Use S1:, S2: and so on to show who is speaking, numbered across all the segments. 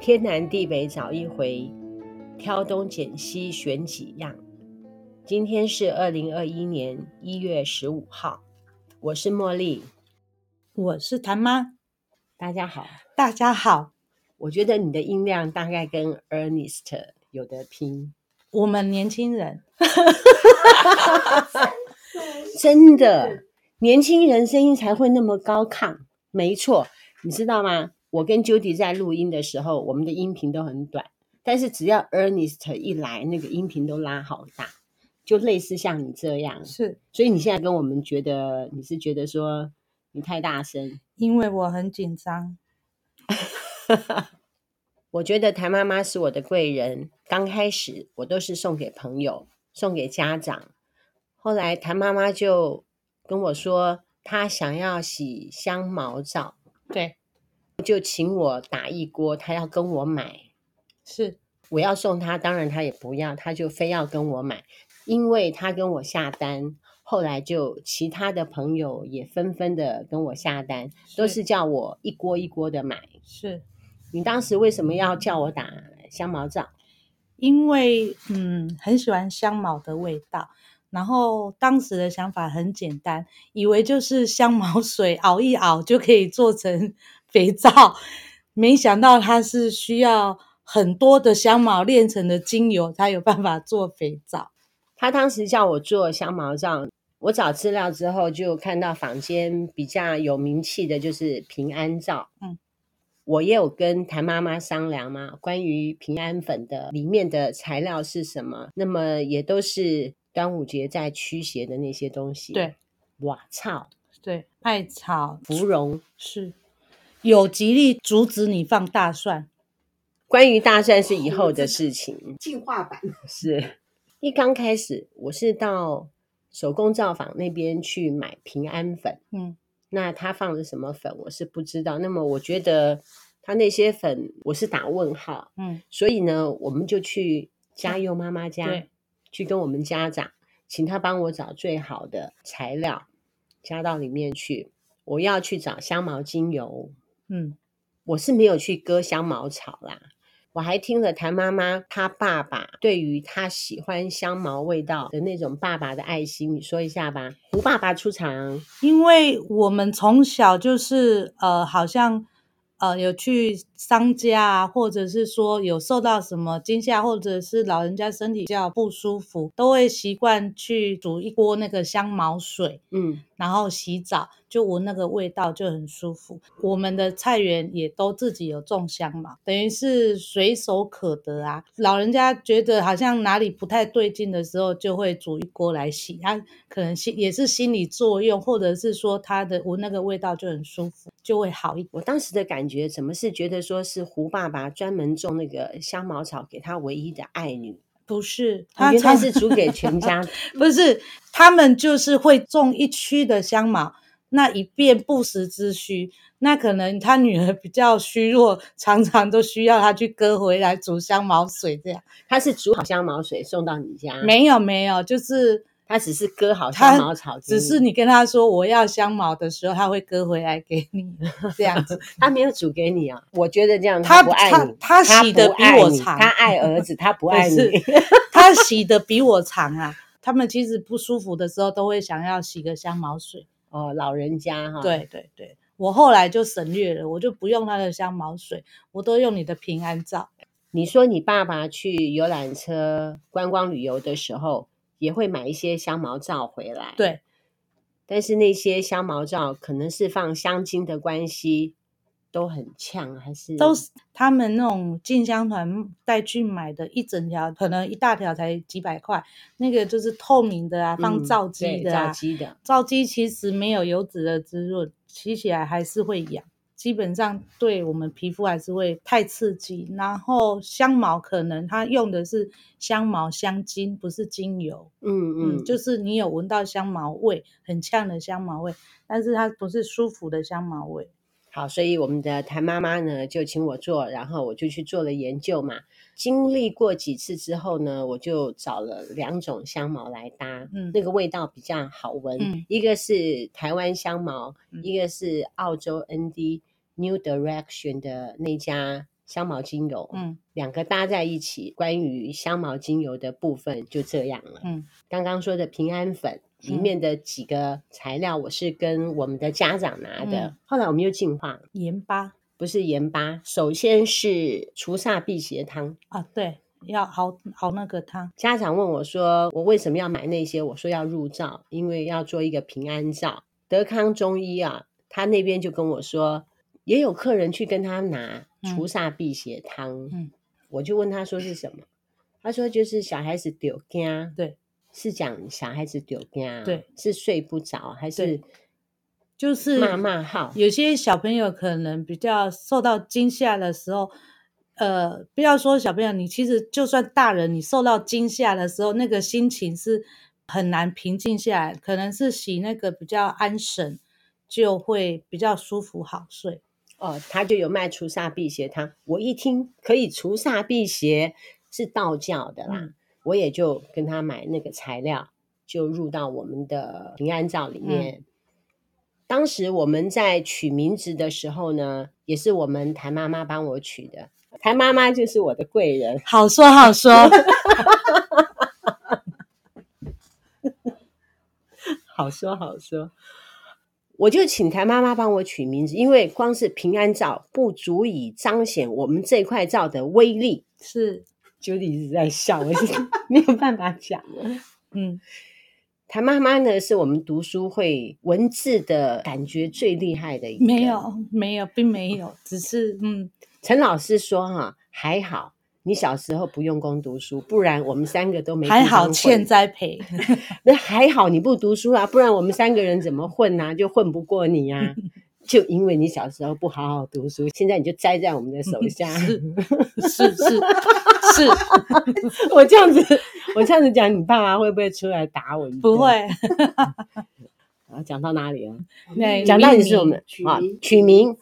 S1: 天南地北找一回，挑东拣西选几样。今天是二零二一年一月十五号，我是茉莉，
S2: 我是谭妈，
S1: 大家好。
S2: 大家好。
S1: 我觉得你的音量大概跟 Ernest 有得拼，
S2: 我们年轻人
S1: 真的，年轻人声音才会那么高亢。没错，你知道吗？我跟 Judy 在录音的时候，我们的音频都很短，但是只要 Ernest 一来，那个音频都拉好大，就类似像你这样。
S2: 是
S1: 所以你现在跟我们觉得，你是觉得说你太大声，
S2: 因为我很紧张，
S1: 我觉得谭妈妈是我的贵人。刚开始我都是送给朋友，送给家长。后来谭妈妈就跟我说，她想要洗香茅皂，
S2: 对，
S1: 就请我打一锅，她要跟我买。
S2: 是
S1: 我要送她，当然她也不要，她就非要跟我买，因为她跟我下单。后来就其他的朋友也纷纷的跟我下单，都是叫我一锅一锅的买。
S2: 是，
S1: 你当时为什么要叫我打香茅皂？
S2: 因为嗯很喜欢香茅的味道，然后当时的想法很简单，以为就是香茅水熬一熬就可以做成 肥皂，没想到它是需要很多的香茅炼成的精油才有办法做肥皂。
S1: 他当时叫我做香茅皂，我找资料之后就看到坊间比较有名气的就是平安皂。
S2: 嗯，
S1: 我也有跟谭妈妈商量嘛，关于平安粉的里面的材料是什么，那么也都是端午节在驱邪的那些东西。
S2: 对，
S1: 哇操，
S2: 对，艾草
S1: 芙蓉。
S2: 是有极力阻止你放大蒜。
S1: 关于大蒜是以后的事
S2: 哦
S1: 情，
S3: 进化版。
S1: 是一刚开始我是到手工皂坊那边去买平安粉。
S2: 嗯，
S1: 那他放了什么粉，我是不知道。那么我觉得他那些粉我是打问号，
S2: 嗯，
S1: 所以呢，我们就去嘉佑妈妈家
S2: 对，
S1: 去跟我们家长，请他帮我找最好的材料加到里面去。我要去找香茅精油，
S2: 嗯，
S1: 我是没有去割香茅草啦。我还听了谭妈妈她爸爸对于她喜欢香茅味道的那种爸爸的爱心，你说一下吧。胡爸爸出场，
S2: 因为我们从小就是呃，好像呃有去商家啊，或者是说有受到什么惊吓，或者是老人家身体比较不舒服，都会习惯去煮一锅那个香茅水，
S1: 嗯，
S2: 然后洗澡就闻那个味道就很舒服。我们的菜园也都自己有种香茅，等于是随手可得啊。老人家觉得好像哪里不太对劲的时候，就会煮一锅来洗。他可能心也是心理作用，或者是说他的闻那个味道就很舒服，就会好一点。
S1: 我当时的感觉怎么是觉得说是胡爸爸专门种那个香茅草给他唯一的爱女，
S2: 不是，
S1: 他
S2: 他
S1: 原来
S2: 常
S1: 是煮给全家。
S2: 不是，他们就是会种一区的香茅，那以便不时之需。那可能他女儿比较虚弱，常常都需要他去割回来煮香茅水这样。
S1: 他是煮好香茅水送到你家，
S2: 没有没有，就是
S1: 他只是割好香茅草给，
S2: 只是你跟他说我要香茅的时候，他会割回来给你这样 子。
S1: 他没有煮给你啊。我觉得这样
S2: 他
S1: 不爱你，
S2: 他他洗得
S1: 不爱
S2: 比我
S1: 你
S2: 长
S1: 他爱儿子，他不爱你。
S2: 不他洗的比我长啊。他们其实不舒服的时候，都会想要洗个香茅水。
S1: 哦，老人家哈，，
S2: 对对对，我后来就省略了，我就不用它的香茅水，我都用你的平安皂。
S1: 你说你爸爸去游览车观光旅游的时候，也会买一些香茅皂回来，
S2: 对，
S1: 但是那些香茅皂可能是放香精的关系，都很呛，还是
S2: 都是他们那种进香团带去买的，一整条可能一大条才几百块，那个就是透明的啊，放
S1: 嗯
S2: 皂
S1: 对
S2: 基的啊
S1: 皂，基的。
S2: 皂基其实没有油脂的滋润，洗起来还是会痒。基本上对我们皮肤还是会太刺激，然后香茅可能它用的是香茅香精，不是精油，
S1: 嗯
S2: 嗯，
S1: 嗯，就
S2: 就是你有闻到香茅味，很呛的香茅味，但是它不是舒服的香茅味。
S1: 好，所以我们的谭妈妈呢就请我做，然后我就去做了研究嘛。经历过几次之后呢，我就找了两种香茅来搭，
S2: 嗯
S1: 那个味道比较好闻。
S2: 嗯
S1: 一个是台湾香茅，
S2: 嗯
S1: 一个是澳洲 ND New Direction 的那家香茅精油，
S2: 嗯
S1: 两个搭在一起，关于香茅精油的部分就这样了。
S2: 嗯
S1: 刚刚说的平安粉里
S2: 嗯
S1: 面的几个材料，我是跟我们的家长拿的，
S2: 嗯
S1: 后来我们又进化了，
S2: 盐巴
S1: 不是盐巴，首先是除煞辟邪汤。
S2: 啊，对，要熬熬那个汤，
S1: 家长问我说，我为什么要买那些？我说要入灶，因为要做一个平安灶。德康中医啊，他那边就跟我说，也有客人去跟他拿
S2: 嗯
S1: 除煞辟邪汤，
S2: 嗯
S1: 我就问他说是什么，他说就是小孩子丢肝，
S2: 对，
S1: 是讲小孩子丢肝，
S2: 对，
S1: 是睡不着还
S2: 对
S1: 是
S2: 就是
S1: 骂骂号？
S2: 有些小朋友可能比较受到惊吓的时候，呃，不要说小朋友，你其实就算大人，你受到惊吓的时候，那个心情是很难平静下来，可能是洗那个比较安神，就会比较舒服好睡。
S1: 哦，他就有卖除煞辟邪汤。我一听可以除煞辟邪，是道教的啦，
S2: 嗯
S1: 我也就跟他买那个材料，就入到我们的平安灶里面。当时我们在取名字的时候呢，也是我们谭妈妈帮我取的。谭妈妈就是我的贵人，
S2: 好说 好说，
S1: 好说好说。我就请谭妈妈帮我取名字，因为光是平安灶不足以彰显我们这块灶的威力。
S2: 是，
S1: Judy 一直在笑，我是 没有办法讲 了。
S2: 嗯，
S1: 谭妈妈呢，是我们读书会文字的感觉最厉害的一个。
S2: 没，有没有，并没有，只是嗯，
S1: 陈老师说哈、还好你小时候不用功读书，不然我们三个都没
S2: 还
S1: 地方
S2: 好
S1: 混
S2: 欠。栽培，
S1: 那还好你不读书啊，不然我们三个人怎么混啊？就混不过你 啊。就因为你小时候不好好读书，现在你就栽在我们的手 下。
S2: 是是是，
S1: 我这样子，我这样子讲，你爸妈会不会出来打我一顿？
S2: 不会，
S1: 啊。讲到哪里了？
S2: 那
S1: 嗯讲到
S2: 命
S1: 你是我
S2: 名
S1: 们啊取名，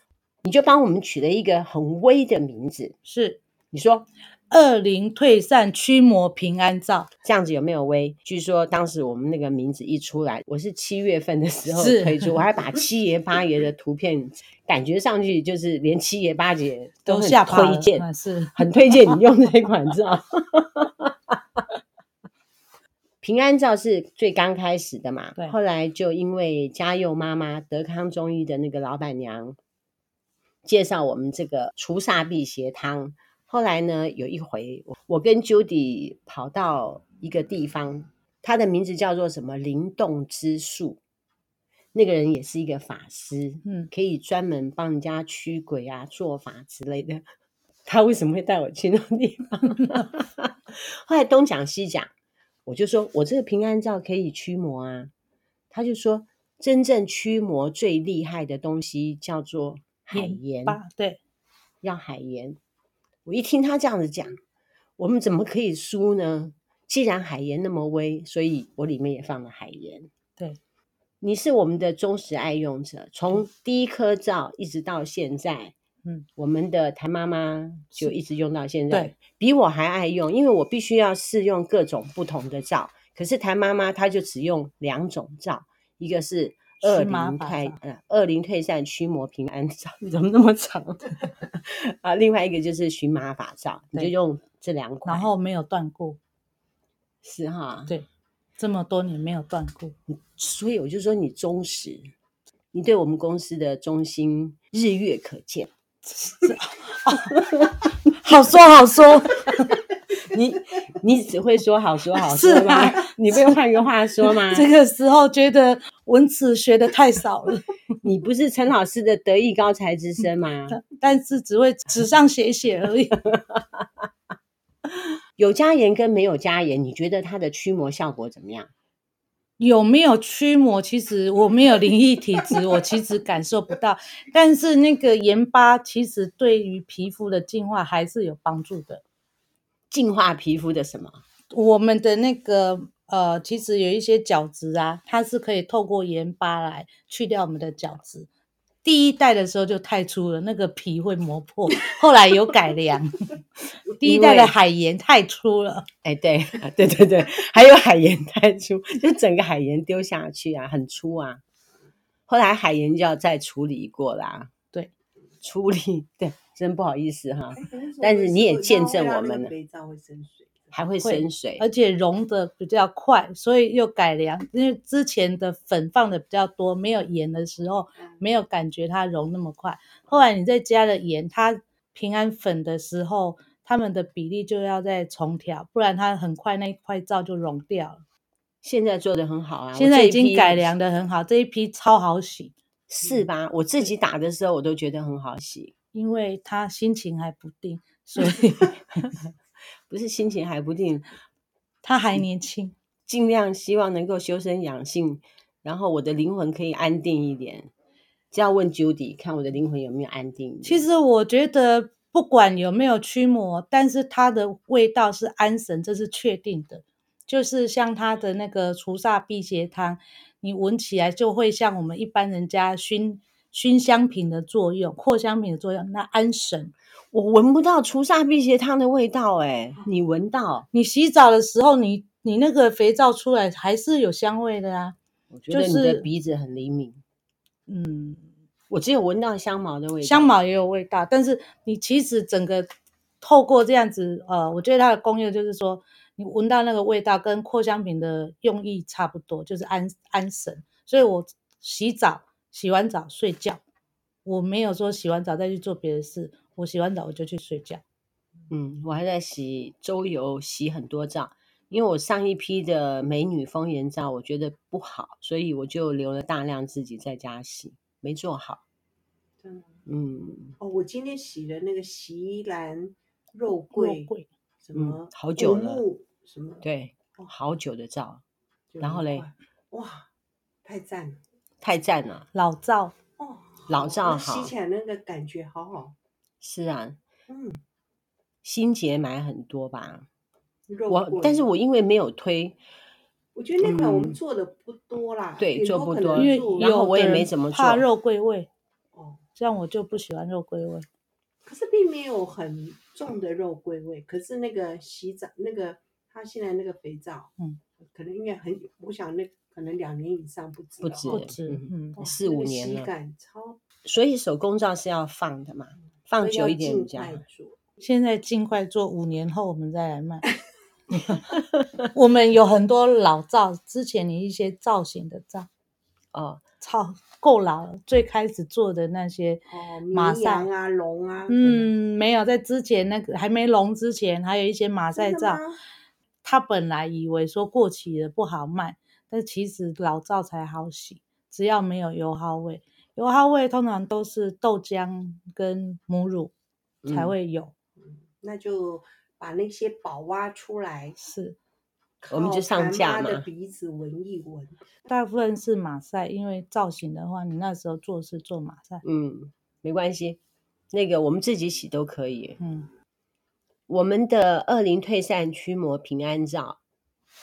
S1: 你就帮我们取了一个很威的名字。
S2: 是。
S1: 你说
S2: 恶灵退散，驱魔平安照。
S1: 这样子有没有威？据说当时我们那个名字一出来，我是七月份的时候
S2: 是
S1: 推出，我还 把七爷八爷的图片感觉上去，就是连七爷八爷
S2: 都
S1: 很
S2: 吓跑
S1: 推
S2: 了，
S1: 荐，
S2: 啊是
S1: 很推荐你用这款照。平安照是最刚开始的嘛
S2: 对，
S1: 后来就因为嘉佑妈妈德康中医的那个老板娘介绍我们这个除煞辟邪汤，后来呢有一回我我跟 Judy 跑到一个地方，他的名字叫做什么灵动之术，那个人也是一个法师，
S2: 嗯
S1: 可以专门帮人家驱鬼啊、做法之类的。他为什么会带我去那种地方？ 后来东讲西讲，我就说我这个平安罩可以驱魔啊。他就说，真正驱魔最厉害的东西叫做海盐，
S2: 吧？对，
S1: 要海盐。我一听他这样子讲，我们怎么可以输呢？既然海盐那么微，所以我里面也放了海盐。
S2: 对，
S1: 你是我们的忠实爱用者，从第一颗照一直到现在，
S2: 嗯，
S1: 我们的谭妈妈就是一直用到现在
S2: 对，
S1: 比我还爱用，因为我必须要试用各种不同的照。可是谭妈妈她就只用两种照，一个是二
S2: 驱麻
S1: 零
S2: 法
S1: 退
S2: 照
S1: 呃二零退散驱魔平安照，怎么那么长 啊？另外一个就是荨麻法照，你就
S2: 对
S1: 用这两款，
S2: 然后没有断过，
S1: 是哈，
S2: 对，这么多年没有断 过，
S1: 所以我就说你忠实，你对我们公司的忠心日月可见。
S2: 好说好说，
S1: 你你只会说好说好
S2: 是
S1: 说吗？
S2: 啊
S1: 你不用换个话说吗？
S2: 这个时候觉得文词学的太少了，
S1: 你不是陈老师的德艺高材之身吗？
S2: 但是只会纸上写写而已。
S1: 有加盐跟没有加盐，你觉得它的驱魔效果怎么样？
S2: 有没有驱魔？其实我没有灵异体质，我其实感受不到。但是那个盐巴其实对于皮肤的净化还是有帮助的。
S1: 净化皮肤的什么？
S2: 我们的那个呃，其实有一些角质啊，它是可以透过盐巴来去掉我们的角质。第一代的时候就太粗了，那个皮会磨破，后来有改良。 第一
S1: 因
S2: 代
S1: 为
S2: 的海盐太粗了，
S1: 哎，对 对对对，还有海盐太粗，就整个海盐丢下去啊，很粗啊。后来海盐就要再处理过啦。
S2: 对，
S1: 处理，对，真不好意思哈，
S3: 哎
S1: 但是你也见证我们了
S3: 肥皂会生水，
S1: 还会
S2: 会
S1: 生水，
S2: 而且溶的比较快，所以又改良。因为之前的粉放的比较多，没有盐的时候，
S1: 嗯
S2: 没有感觉它溶那么快。后来你再加了盐，它平安粉的时候，它们的比例就要再重调，不然它很快那一块皂就溶掉了。
S1: 现在做的很好啊，我
S2: 现在
S1: 这
S2: 已
S1: 一
S2: 经
S1: 批
S2: 改良嗯的很好，这一批超好洗，
S1: 是吧？我自己打的时候我都觉得很好 洗，
S2: 因为它心情还不定，所以
S1: 不是心情还不定，
S2: 它还
S1: 嗯
S2: 年轻。
S1: 尽量希望能够修身养性，然后我的灵魂可以安定一点。这要问 Judy，看我的灵魂有没有安定一点。
S2: 其实我觉得，不管有没有驱魔，但是它的味道是安神，这是确定的。就是像它的那个除煞辟邪汤，你闻起来就会像我们一般人家熏熏香品的作用、扩香品的作用，那安神。
S1: 我闻不到除煞辟邪汤的味道、欸，哎，你闻到？
S2: 你洗澡的时候，你你那个肥皂出来还是有香味的啊。
S1: 我觉得你
S2: 就
S1: 的
S2: 是
S1: 鼻子很灵敏，
S2: 嗯，
S1: 我只有闻到香茅的味道。
S2: 香茅也有味道，但是你其实整个透过这样子，呃，我觉得它的功用就是说，你闻到那个味道跟扩香瓶的用意差不多，就是安安神。所以我洗澡、洗完澡睡觉，我没有说洗完澡再去做别的事，我洗完澡我就去睡觉。
S1: 嗯，我还在洗周游，洗很多照，因为我上一批的美女风颜照我觉得不好，所以我就留了大量自己在家洗，没做好。
S3: 真的吗
S1: 嗯
S3: 哦，我今天洗的那个席兰肉
S2: 肉
S3: 桂，
S2: 桂
S3: 什么、
S1: 嗯好久了，
S3: 什么，
S1: 对
S3: 哦，
S1: 好久的照，
S3: 就
S1: 然后
S3: 很
S1: 嘞
S3: 快，哇，太赞了
S1: 太赞了。
S2: 老皂，
S3: 哦，
S1: 老
S3: 照
S1: 照
S3: 洗
S1: 好
S3: 起来那个感觉好好，
S1: 是啊，
S3: 嗯，
S1: 新杰买很多吧，
S3: 肉
S1: 我
S3: 桂哦
S1: 但是我因为没有推，
S3: 我觉得那款我们
S1: 嗯
S3: 做的不多啦，
S1: 对
S3: 顶
S1: 做
S3: 多
S1: 不
S3: 可
S1: 多
S3: 能
S2: 因为
S3: 做
S1: 然后
S2: 有
S1: 我也
S2: 的
S1: 没
S2: 人
S1: 怎么
S2: 怕
S1: 做
S2: 肉桂味，
S3: 哦，
S2: 这样我就不喜欢肉桂味。
S3: 可是并没有很重的肉桂味，可是那个洗澡那个它现在那个肥皂，
S2: 嗯，
S3: 可能应该很，我想那可能两年以上不止
S1: 不
S3: 了
S1: 止
S3: 哦
S2: 不
S1: 对
S2: 止，
S1: 嗯
S2: 嗯，
S3: 哇
S1: 四
S3: 那
S1: 五
S3: 个
S1: 年
S3: 洗
S1: 了
S3: 感超，
S1: 所以手工照是要放的嘛，放
S3: 所以
S1: 久
S3: 要
S1: 一点
S3: 尽
S1: 比较
S3: 快
S1: 好。
S3: 做
S2: 现在尽快做，五年后我们再来卖。我们有很多老照，之前你一些造型的照，
S1: 哦，
S2: 超够老了。最开始做的那些，
S3: 哦，
S2: 马
S3: 绵羊
S2: 赛，
S3: 啊，龙啊，
S2: 嗯，没有在之前那个还没龙之前，还有一些马赛
S3: 真的
S2: 照
S3: 吗，
S2: 他本来以为说过期了不好卖，但其实老照才好洗，只要没有油耗味。油耗味通常都是豆浆跟母乳才
S1: 嗯
S2: 会有，
S3: 那就把那些宝挖出来，
S2: 是
S1: 我们就
S3: 靠
S1: 上
S3: 干
S1: 架
S3: 妈的
S1: 嘛
S3: 鼻子闻一闻，
S2: 大部分是马赛，因为造型的话，你那时候做是做马赛。
S1: 嗯，没关系，那个我们自己洗都可以。
S2: 嗯，
S1: 我们的恶灵退散驱魔平安照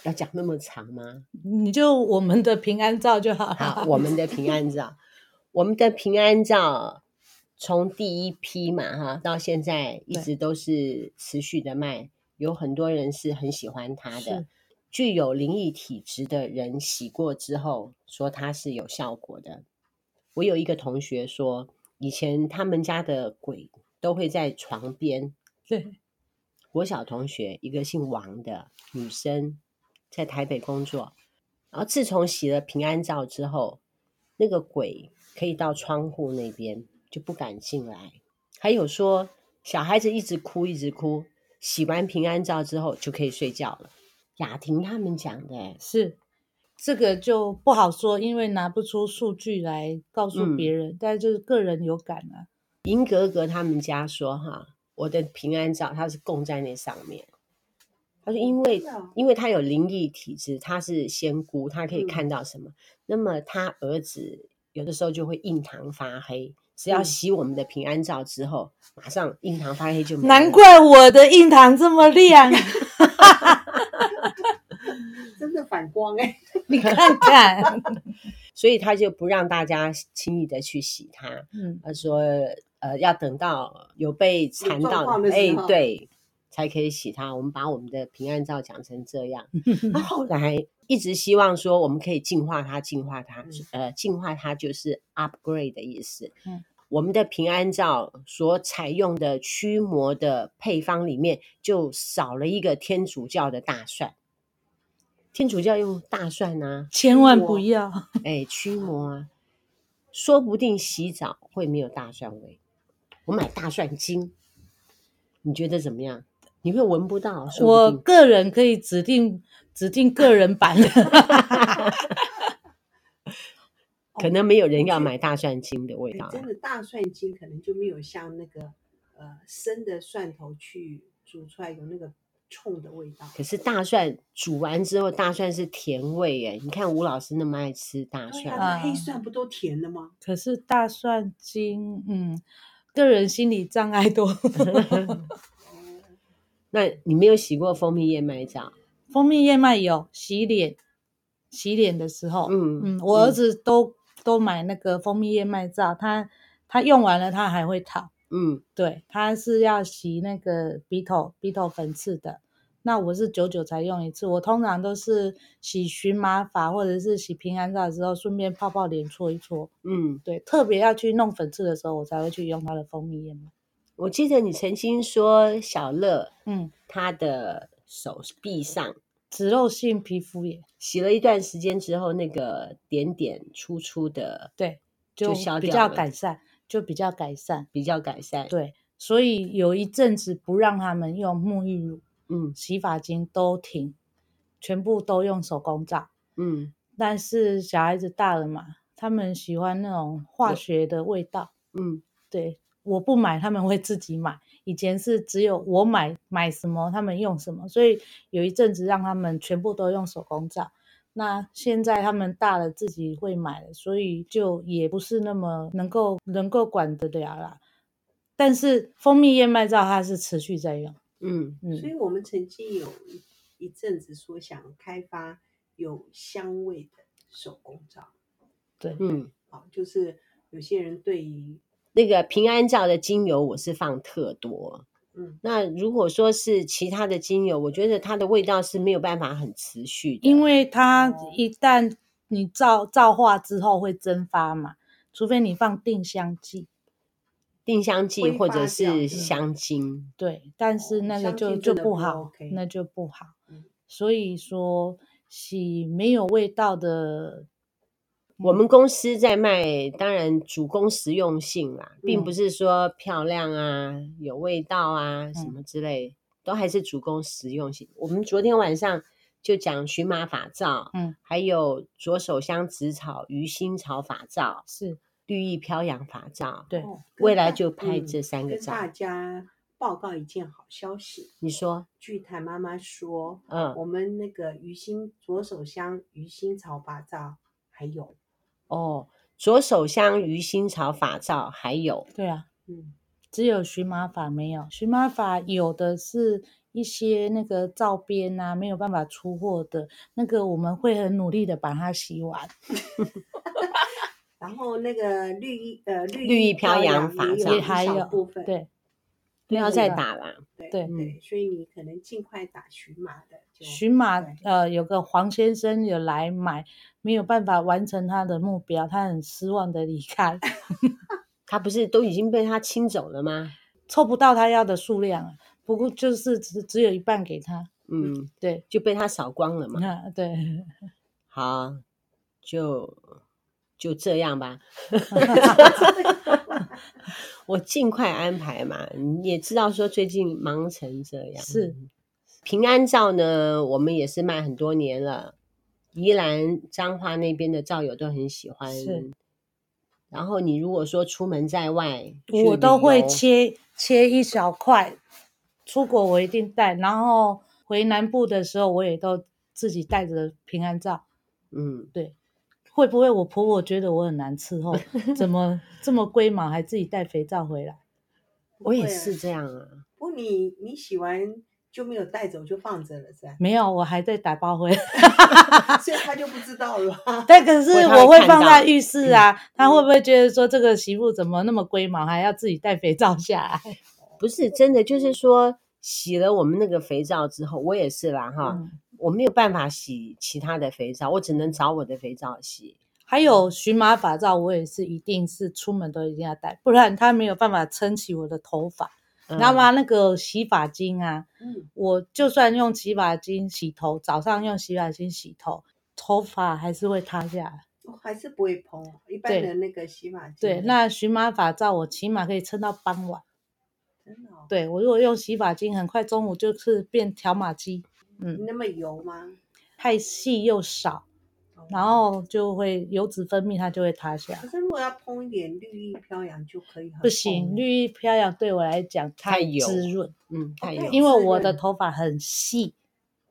S1: 要讲那么长吗？
S2: 你就我们的平安照就好了。
S1: 好，啊我们的平安照，我们的平安照从第一批嘛哈到现在一
S2: 对
S1: 直都是持续的卖，有很多人是很喜欢它的
S2: 是。
S1: 具有灵异体质的人洗过之后，说它是有效果的。我有一个同学说，以前他们家的鬼都会在床边
S2: 对，
S1: 我小同学，一个姓王的女生，在台北工作。然后自从洗了平安照之后，那个鬼可以到窗户那边，就不敢进来。还有说，小孩子一直哭，一直哭，洗完平安照之后就可以睡觉了。雅婷他们讲的、欸，
S2: 是这个就不好说，因为拿不出数据来告诉
S1: 嗯
S2: 别人，但就是个人有感啊。
S1: 银格格他们家说哈，我的平安照它是供在那上面。他说，因为
S3: 真的哦
S1: 因为他有灵异体质，他是仙姑，他可以
S3: 嗯
S1: 看到什么。那么他儿子有的时候就会印堂发黑，只要
S3: 嗯
S1: 洗我们的平安照之后，马上印堂发黑就没了
S2: 难。怪我的印堂这么亮，
S3: 真的反光哎、
S2: 你 看看。
S1: 所以他就不让大家轻易的去洗它。
S2: 嗯，
S1: 他说，呃，要等到有被缠
S3: 状
S1: 到
S3: 况的，时
S1: 哎，
S3: 候
S1: 对，才可以洗它。我们把我们的平安照讲成这 样。他后来一直希望说，我们可以净化它，净化它
S3: 嗯，
S1: 呃，净化它就是 upgrade 的意思。
S2: 嗯
S1: 我们的平安皂所采用的驱魔的配方里面，就少了一个天主教的大蒜。天主教用大蒜啊，
S2: 千万不
S3: 我
S2: 要。
S1: 哎，驱魔啊，说不定洗澡会没有大蒜味。我买大蒜精，你觉得怎么样？你会闻不到，说不
S2: 我
S1: 定
S2: 个人可以指定指定个人版的，
S1: 可能没有人要买大蒜精的味
S3: 哎
S1: 道啊
S3: 真
S1: 啦。
S3: 的大蒜精可能就没有像那个呃生的蒜头去煮出来有那个冲的味道。
S1: 可是大蒜煮完之后，大蒜是甜味耶。你看吴老师那么爱吃大
S3: 对
S1: 蒜，
S3: 啊，那黑
S2: 啊
S3: 蒜不都甜的吗？
S2: 可是大蒜精，嗯，个人心理障碍多。
S1: 嗯那你没有洗过蜂蜜燕麦皂？
S2: 蜂蜜燕麦有洗脸，洗脸的时候，
S1: 嗯
S2: 嗯，我儿
S1: 嗯
S2: 子都都买那个蜂蜜燕麦皂，他他用完了他还会讨，
S1: 嗯，
S2: 对，他是要洗那个鼻头鼻头粉刺的。那我是久久才用一次，我通常都是洗荨麻法或者是洗平安皂的时候，顺便泡泡脸搓一搓。
S1: 嗯，
S2: 对，特别要去弄粉刺的时候，我才会去用它的蜂蜜燕麦。
S1: 我记得你曾经说小乐
S2: 嗯，
S1: 他的手臂上
S2: 脂漏性皮肤炎，
S1: 洗了一段时间之后，那个点点粗粗的，
S2: 对，
S1: 就
S2: 就
S1: 消
S2: 比
S1: 掉
S2: 较
S1: 了
S2: 改善，就比较改善。
S1: 比较改善。，
S2: 对，所以有一阵子不让他们用沐浴乳、
S1: 嗯
S2: 洗发精都停，全部都用手工皂。
S1: 嗯
S2: 但是小孩子大了嘛，他们喜欢那种化学的味道。
S1: 嗯，
S2: 对，我不买，他们会自己买。以前是只有我买买什么，他们用什么，所以有一阵子让他们全部都用手工皂。那现在他们大了，自己会买了，所以就也不是那么能够能够管得了啦。但是蜂蜜燕麦皂它是持续在用，
S1: 嗯
S3: 所以
S2: 嗯，
S3: 我们曾经有一一阵子说想开发有香味的手工皂，
S2: 对，
S1: 嗯，
S3: 啊，就是有些人对于
S1: 那个平安皂的精油我是放特多。
S3: 嗯
S1: 那如果说是其他的精油，我觉得它的味道是没有办法很持续的，
S2: 因为它
S3: 哦
S2: 一旦你皂皂化之后会蒸发嘛，除非你放定香剂，
S1: 定香剂
S3: 挥
S1: 或者
S3: 发掉
S1: 是
S3: 嗯
S1: 香精。
S2: 对，但
S3: 哦
S2: 是那个
S3: 香
S2: 就
S3: 精
S2: 就
S3: 真的
S2: 不
S3: 不
S2: 好，
S3: OK
S2: 那就不好。
S3: 嗯
S2: 所以说，洗没有味道的，
S1: 我们公司在卖，当然主攻实用性啦，并不
S2: 嗯
S1: 是说漂亮啊、有味道啊什么之类，都还是主攻实用性。我们昨天晚上就讲荨麻法皂，
S2: 嗯，
S1: 还有左手香紫草、鱼腥草法皂、
S2: 是
S1: 绿意飘扬法皂，
S2: 对
S3: 哦跟
S1: 未来
S3: 大
S1: 就拍
S3: 嗯
S1: 这三个
S3: 跟
S1: 照。
S3: 大家报告一件好消息。
S1: 你说，
S3: 据谭妈妈说，
S1: 嗯，
S3: 我们那个鱼腥左手香鱼腥草拔皂还有，
S1: 哦，左手香、鱼腥草法皂，还有，
S2: 对啊，
S3: 嗯，
S2: 只有荨麻法没有，荨麻法有的是一些那个照片啊，没有办法出货的那个，我们会很努力的把它洗完。
S3: 然后那个绿衣呃绿
S1: 绿
S3: 衣
S1: 意飘扬
S3: 扬
S1: 法
S3: 也
S1: 皂
S3: 有
S2: 也
S3: 一
S2: 还
S3: 小
S2: 有
S3: 部分，
S2: 对，
S1: 不
S2: 那
S1: 要
S2: 个
S1: 再
S2: 吧
S1: 打啦。
S3: 对
S2: 对
S1: 嗯
S3: 所以你可能尽快打荨麻的就
S2: 荨麻
S3: 对
S2: 呃，有个黄先生有来买，没有办法完成他的目标，他很失望的离开，
S1: 他不是都已经被他清走了吗？
S2: 凑不到他要的数量啊。不过就是只只有一半给他，
S1: 嗯，
S2: 对，
S1: 就被他扫光了嘛。
S2: 那对，
S1: 好，就就这样 吧。我尽快安排嘛，你也知道说最近忙成这样。
S2: 是
S1: 平安皂呢，我们也是卖很多年了，宜兰彰化那边的皂友都很喜欢。
S2: 是
S1: 然后你如果说出门在外，去
S2: 我都
S1: 旅
S2: 会
S1: 游
S2: 切切一小块，出国我一定带，然后回南部的时候我也都自己带着平安皂。
S1: 嗯，
S2: 会不会我婆婆觉得我很难伺候，怎么这么龟毛，还自己带肥皂回来？
S1: 我也
S3: 会啊
S1: 是这样啊。
S3: 不，你你洗完就没有带走，就放着了，是吧？
S2: 没有，我还在打包 回来。
S3: 所以他就不知道了。
S2: 但可是
S1: 他会
S2: 我会
S1: 看
S2: 放
S1: 到
S2: 在浴室啊，她会
S3: 嗯
S2: 不会觉得说这个媳妇怎么那么龟毛，还要自己带肥皂下来？
S1: 不是真的，就是说洗了我们那个肥皂之后，我也是啦哈，
S2: 嗯
S1: 我没有办法洗其他的肥皂，我只能找我的肥皂洗。
S2: 还有荨麻法罩，我也是一定是出门都一定要带，不然它没有办法撑起我的头发。
S1: 嗯
S2: 你知道吗？那个洗发精啊，
S3: 嗯，
S2: 我就算用洗发精洗头，早上用洗发精洗头，头发还是会塌下来。
S3: 我还是不会蓬，一般
S2: 对
S3: 的那个洗发精。
S1: 嗯
S2: 对，那荨麻发罩我起码可以撑到傍晚。
S3: 真的、哦，
S2: 对我如果用洗发精，很快中午就是变条码机，
S3: 你那么油吗？哦
S2: 太细又少，然后就会油脂分泌，它就会塌下来
S3: 可。是如果要蓬一点，绿意飘扬就可以很蓬了。
S2: 不行，绿意飘扬对我来讲
S1: 哦太
S2: 太
S1: 油
S2: 滋润，
S1: 嗯，太
S3: 对
S1: 有
S2: 因为我
S3: 滋
S2: 的
S3: 润
S2: 头发很细，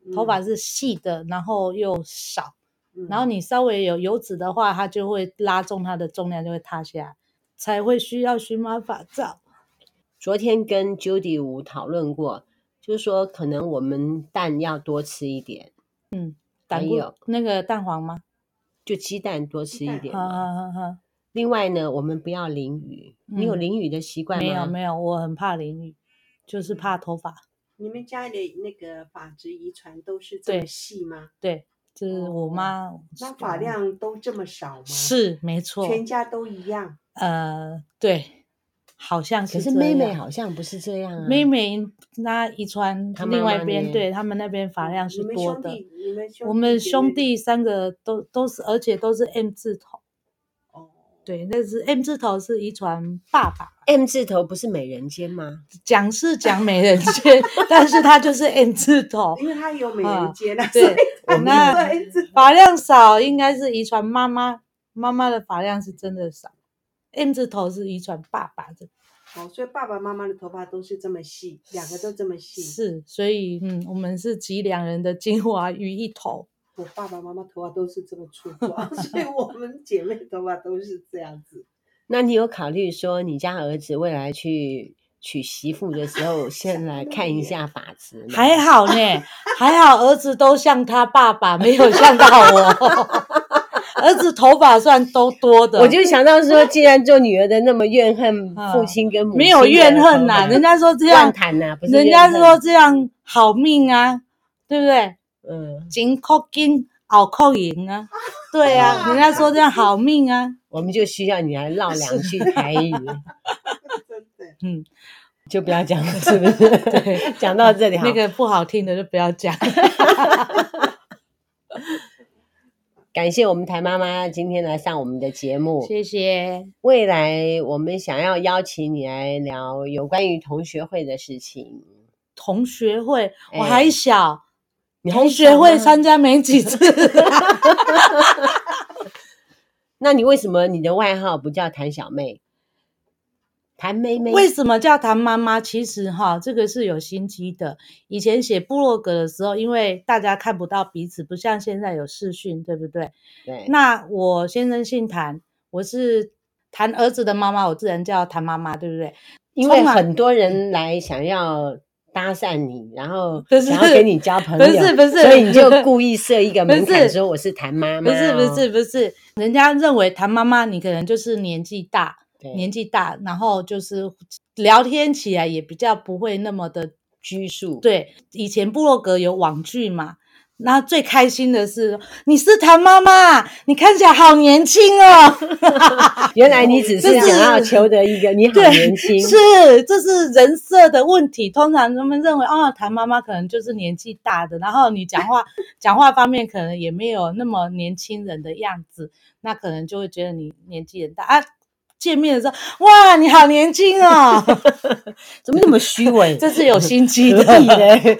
S3: 嗯
S2: 头发是细的，然后又少，
S3: 嗯
S2: 然后你稍微有油脂的话，它就会拉重它的重量，就会塌下来，才会需要荨麻发罩。
S1: 昨天跟 Judy 吴讨论过，就是说可能我们蛋要多吃一点，
S2: 胆
S1: 还
S2: 固
S1: 有
S2: 那个蛋黄吗？
S1: 就鸡蛋多吃一
S3: 蛋
S1: 点
S2: 啊
S1: 嘛。
S2: 啊啊啊！
S1: 另外呢，我们不要淋雨。你有
S2: 嗯
S1: 淋雨的习惯吗？
S2: 没有没有，我很怕淋雨，就是怕头发。
S3: 你们家里的那个发质遗传都是这
S2: 对
S3: 么细吗？
S2: 对，就是我
S3: 哦
S2: 妈。
S3: 那发量都这么少吗？，
S2: 是没错，
S3: 全家都一样。
S2: 呃，对，好像
S1: 可是
S2: 这
S1: 妹妹
S2: 样
S1: 好像不是这样啊。
S2: 妹妹那遗传
S1: 她妈
S2: 另外
S1: 妈
S2: 一边，
S1: 呢
S2: 对他们那边发量是
S3: 你们
S2: 多
S3: 兄
S2: 的。
S3: 弟，你们兄
S2: 我们
S3: 姐妹
S2: 兄弟三个都都是，而且都是 M 字头。
S3: 哦，
S2: 对，那是 M 字头是遗传爸爸，
S1: M 字头不是美人尖吗？
S2: 讲是讲美人尖， 但是他就是 M 字头。
S3: 因为他有美人尖啊，
S2: 对
S3: 所以他
S2: 我那
S3: 就会一 直
S2: 发量少应该是遗传妈妈，妈妈的发量是真的少。M 字头是遗传爸爸的，
S3: 哦，所以爸爸妈妈的头发都是这么细，两个都这么细。
S2: 是，所以嗯，我们是集两人的精华于一头。
S3: 我爸爸妈妈头发都是这么粗壮， 所以我们姐妹头发都是这样子。
S1: 那你有考虑说你家儿子未来去娶媳妇的时候，先来看一下法子吗？
S2: 还好呢，还好儿子都像他爸爸，没有像到我。 儿子头发算都多的，
S1: 我就想到说， 既然做女儿的那么怨恨父亲跟母亲的
S2: 没有怨恨
S1: 头
S2: 呐、
S1: 发
S2: 人家说这
S1: 乱
S2: 样，
S1: 谈呐，不是
S2: 人家
S1: 怨
S2: 是
S1: 恨
S2: 说这样好命啊，对不对？
S1: 嗯，
S2: 前靠金，后靠银啊，对呀、啊，人家说这样好命啊。
S1: 我们就需要你来唠两句台 语，
S3: 真的，
S2: 嗯，
S1: 就不要讲了，是不 是？讲到这里好，
S2: 那个不好听的就不要讲。
S1: 感谢我们台妈妈今天来上我们的节目。
S2: 谢谢，
S1: 未来我们想要邀请你来聊有关于同学会的事情。
S2: 同学会，我
S1: 哎
S2: 还小，
S1: 你还
S2: 同
S1: 小啊
S2: 学会
S1: 吗
S2: 参加没 几次。
S1: 那你为什么你的外号不叫谭小妹，谭妹妹？
S2: 为什么叫谭妈妈？其实哈，这个是有心机的。以前写部落格的时候，因为大家看不到彼此，不像现在有视讯，对不对？
S1: 对，
S2: 那我先生姓谭，我是谭儿子的妈妈，我自然叫谭妈妈，对不对？
S1: 因为
S2: 充满
S1: 很多人来想要搭讪你，然后
S2: 不是
S1: 想要跟你交朋友，
S2: 不是不是
S1: 所以你就故意设 一个门
S2: 不
S1: 槛，
S2: 是
S1: 说我是谭妈妈
S2: 不
S1: 哦、
S2: 是不是不是，人家认为谭妈妈你可能就是年纪大，
S1: 对，
S2: 年纪大，然后就是聊天起来也比较不会那么的
S1: 拘束，，
S2: 对，以前部落格有网剧嘛，那最开心的是你是谭妈妈，你看起来好年轻哦。
S1: 原来你只是
S2: 这是
S1: 想要求得一个你好
S2: 对
S1: 年轻，
S2: 是，这是人设的问题。通常人们认为，哦，谭妈妈可能就是年纪大的，然后你讲话 讲话方面可能也没有那么年轻人的样子，那可能就会觉得你年纪很大啊。见面的时候，哇，你好年轻哦，
S1: 怎么那么虚伪？
S2: 这是有心机的。
S1: 可以嘞，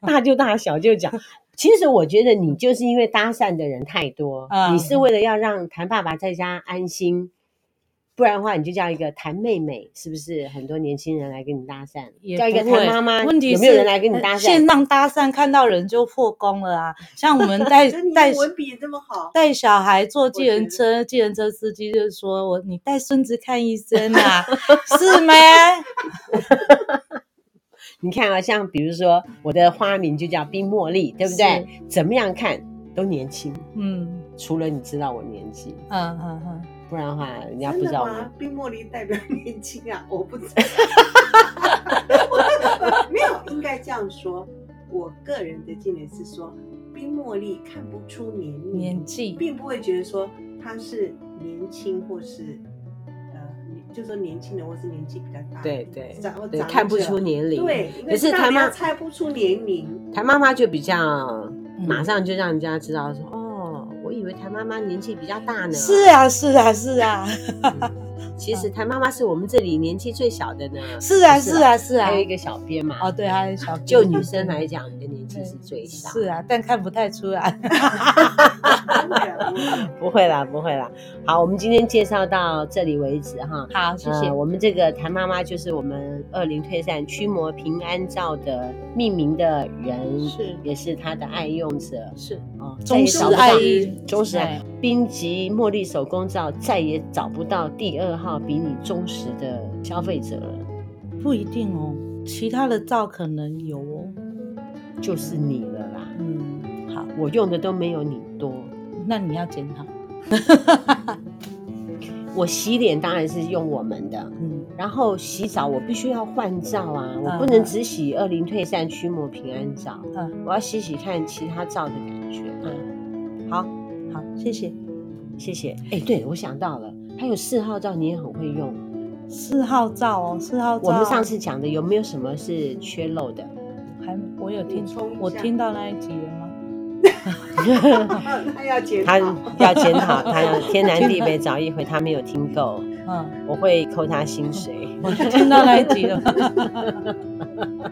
S1: 大大就大，小就小。其实我觉得你就是因为搭讪的人太多，
S2: 嗯
S1: 你是为了要让谭爸爸在家安心，不然的话你就叫一个谭妹妹，是不是？很多年轻人来跟你搭讪，
S2: 也
S1: 叫一个
S2: 不会
S1: 谭妈妈，
S2: 问题
S1: 有没有
S2: 是
S1: 人来跟你搭
S2: 呃线
S1: 讪？
S2: 上搭讪看到人就破功了啊！像我们 带
S3: 那你
S2: 带
S3: 的文笔这么好，
S2: 带小孩坐计程
S3: 我
S2: 车，计程车司机就说我你带孙子看医生 啊，是吗？
S1: 你看啊，像比如说我的花名就叫冰茉莉，对不对？怎么样看都年轻，
S2: 嗯
S1: 除了你知道我年纪，
S2: 嗯嗯嗯，
S1: 不然的话人家不
S3: 真
S1: 知
S3: 的
S1: 道我
S3: 吗。？冰茉莉代表年轻啊，我不知道。 我没有，应该这样说。我个人的见解是说，冰茉莉看不出年龄
S2: 年纪
S3: 并不会觉得说他是年轻或是呃，年就说年轻人或是年纪比较大，
S1: 对对
S3: 长或
S1: 对，
S3: 长
S1: 看不
S3: 者
S1: 出年龄。，
S3: 对，因为
S1: 可是
S3: 大
S1: 他
S3: 家
S1: 妈
S3: 猜不出年龄，
S1: 他妈妈就比较
S2: 嗯
S1: 马上就让人家知道说，哦，我以为谭妈妈年纪比较大呢。
S2: 是啊，是啊，是啊，
S1: 嗯，其实谭妈妈是我们这里年纪最小的呢。
S2: 是啊，
S1: 不
S2: 是，啊，是啊
S1: 还。有一个小编嘛。
S2: 哦，对，还有小
S1: 就
S2: 编
S1: 女生来讲，你的年纪是最小。
S2: 是啊，但看不太出 来。
S3: 真的 我
S1: 不会啦，不会啦。好，我们今天介绍到这里为止哈。
S2: 好，谢谢
S1: 呃。我们这个谭妈妈就是我们二零退散驱魔平安照的命名的人，
S2: 是
S1: 也是他的爱用者
S2: 是
S1: 哦，再也
S2: 忠实
S1: 找不到
S2: 爱意，
S1: 忠实爱
S2: 哎。
S1: 冰极茉莉手工皂再也找不到第二号比你忠实的消费者了，
S2: 不一定哦，其他的皂可能有哦。
S1: 就是你了啦。
S2: 嗯，好，
S1: 我用的都没有你多，
S2: 那你要检讨。
S1: 我洗脸当然是用我们的，
S2: 嗯，
S1: 然后洗澡我必须要换皂啊，我不能只洗二零退散驱魔平安皂，
S2: 嗯
S1: 我要洗洗看其他皂的感觉。嗯，
S2: 好，好，谢谢。
S1: 谢谢。哎，对我想到了，还有四号皂你也很会用。
S2: 四号皂哦，四号皂。
S1: 我们上次讲的有没有什么是缺漏的？
S2: 还我有听
S3: 补充一下
S2: 我听到那一集了吗？
S3: 他要检
S1: 他
S3: 讨。
S1: 要检讨，他要天南地北找一回，他没有听够，
S2: 嗯，
S1: 我会扣他薪水。
S2: 我听到那一集了。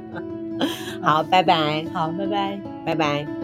S1: 好，拜拜，
S2: 好，拜拜。
S1: 拜拜。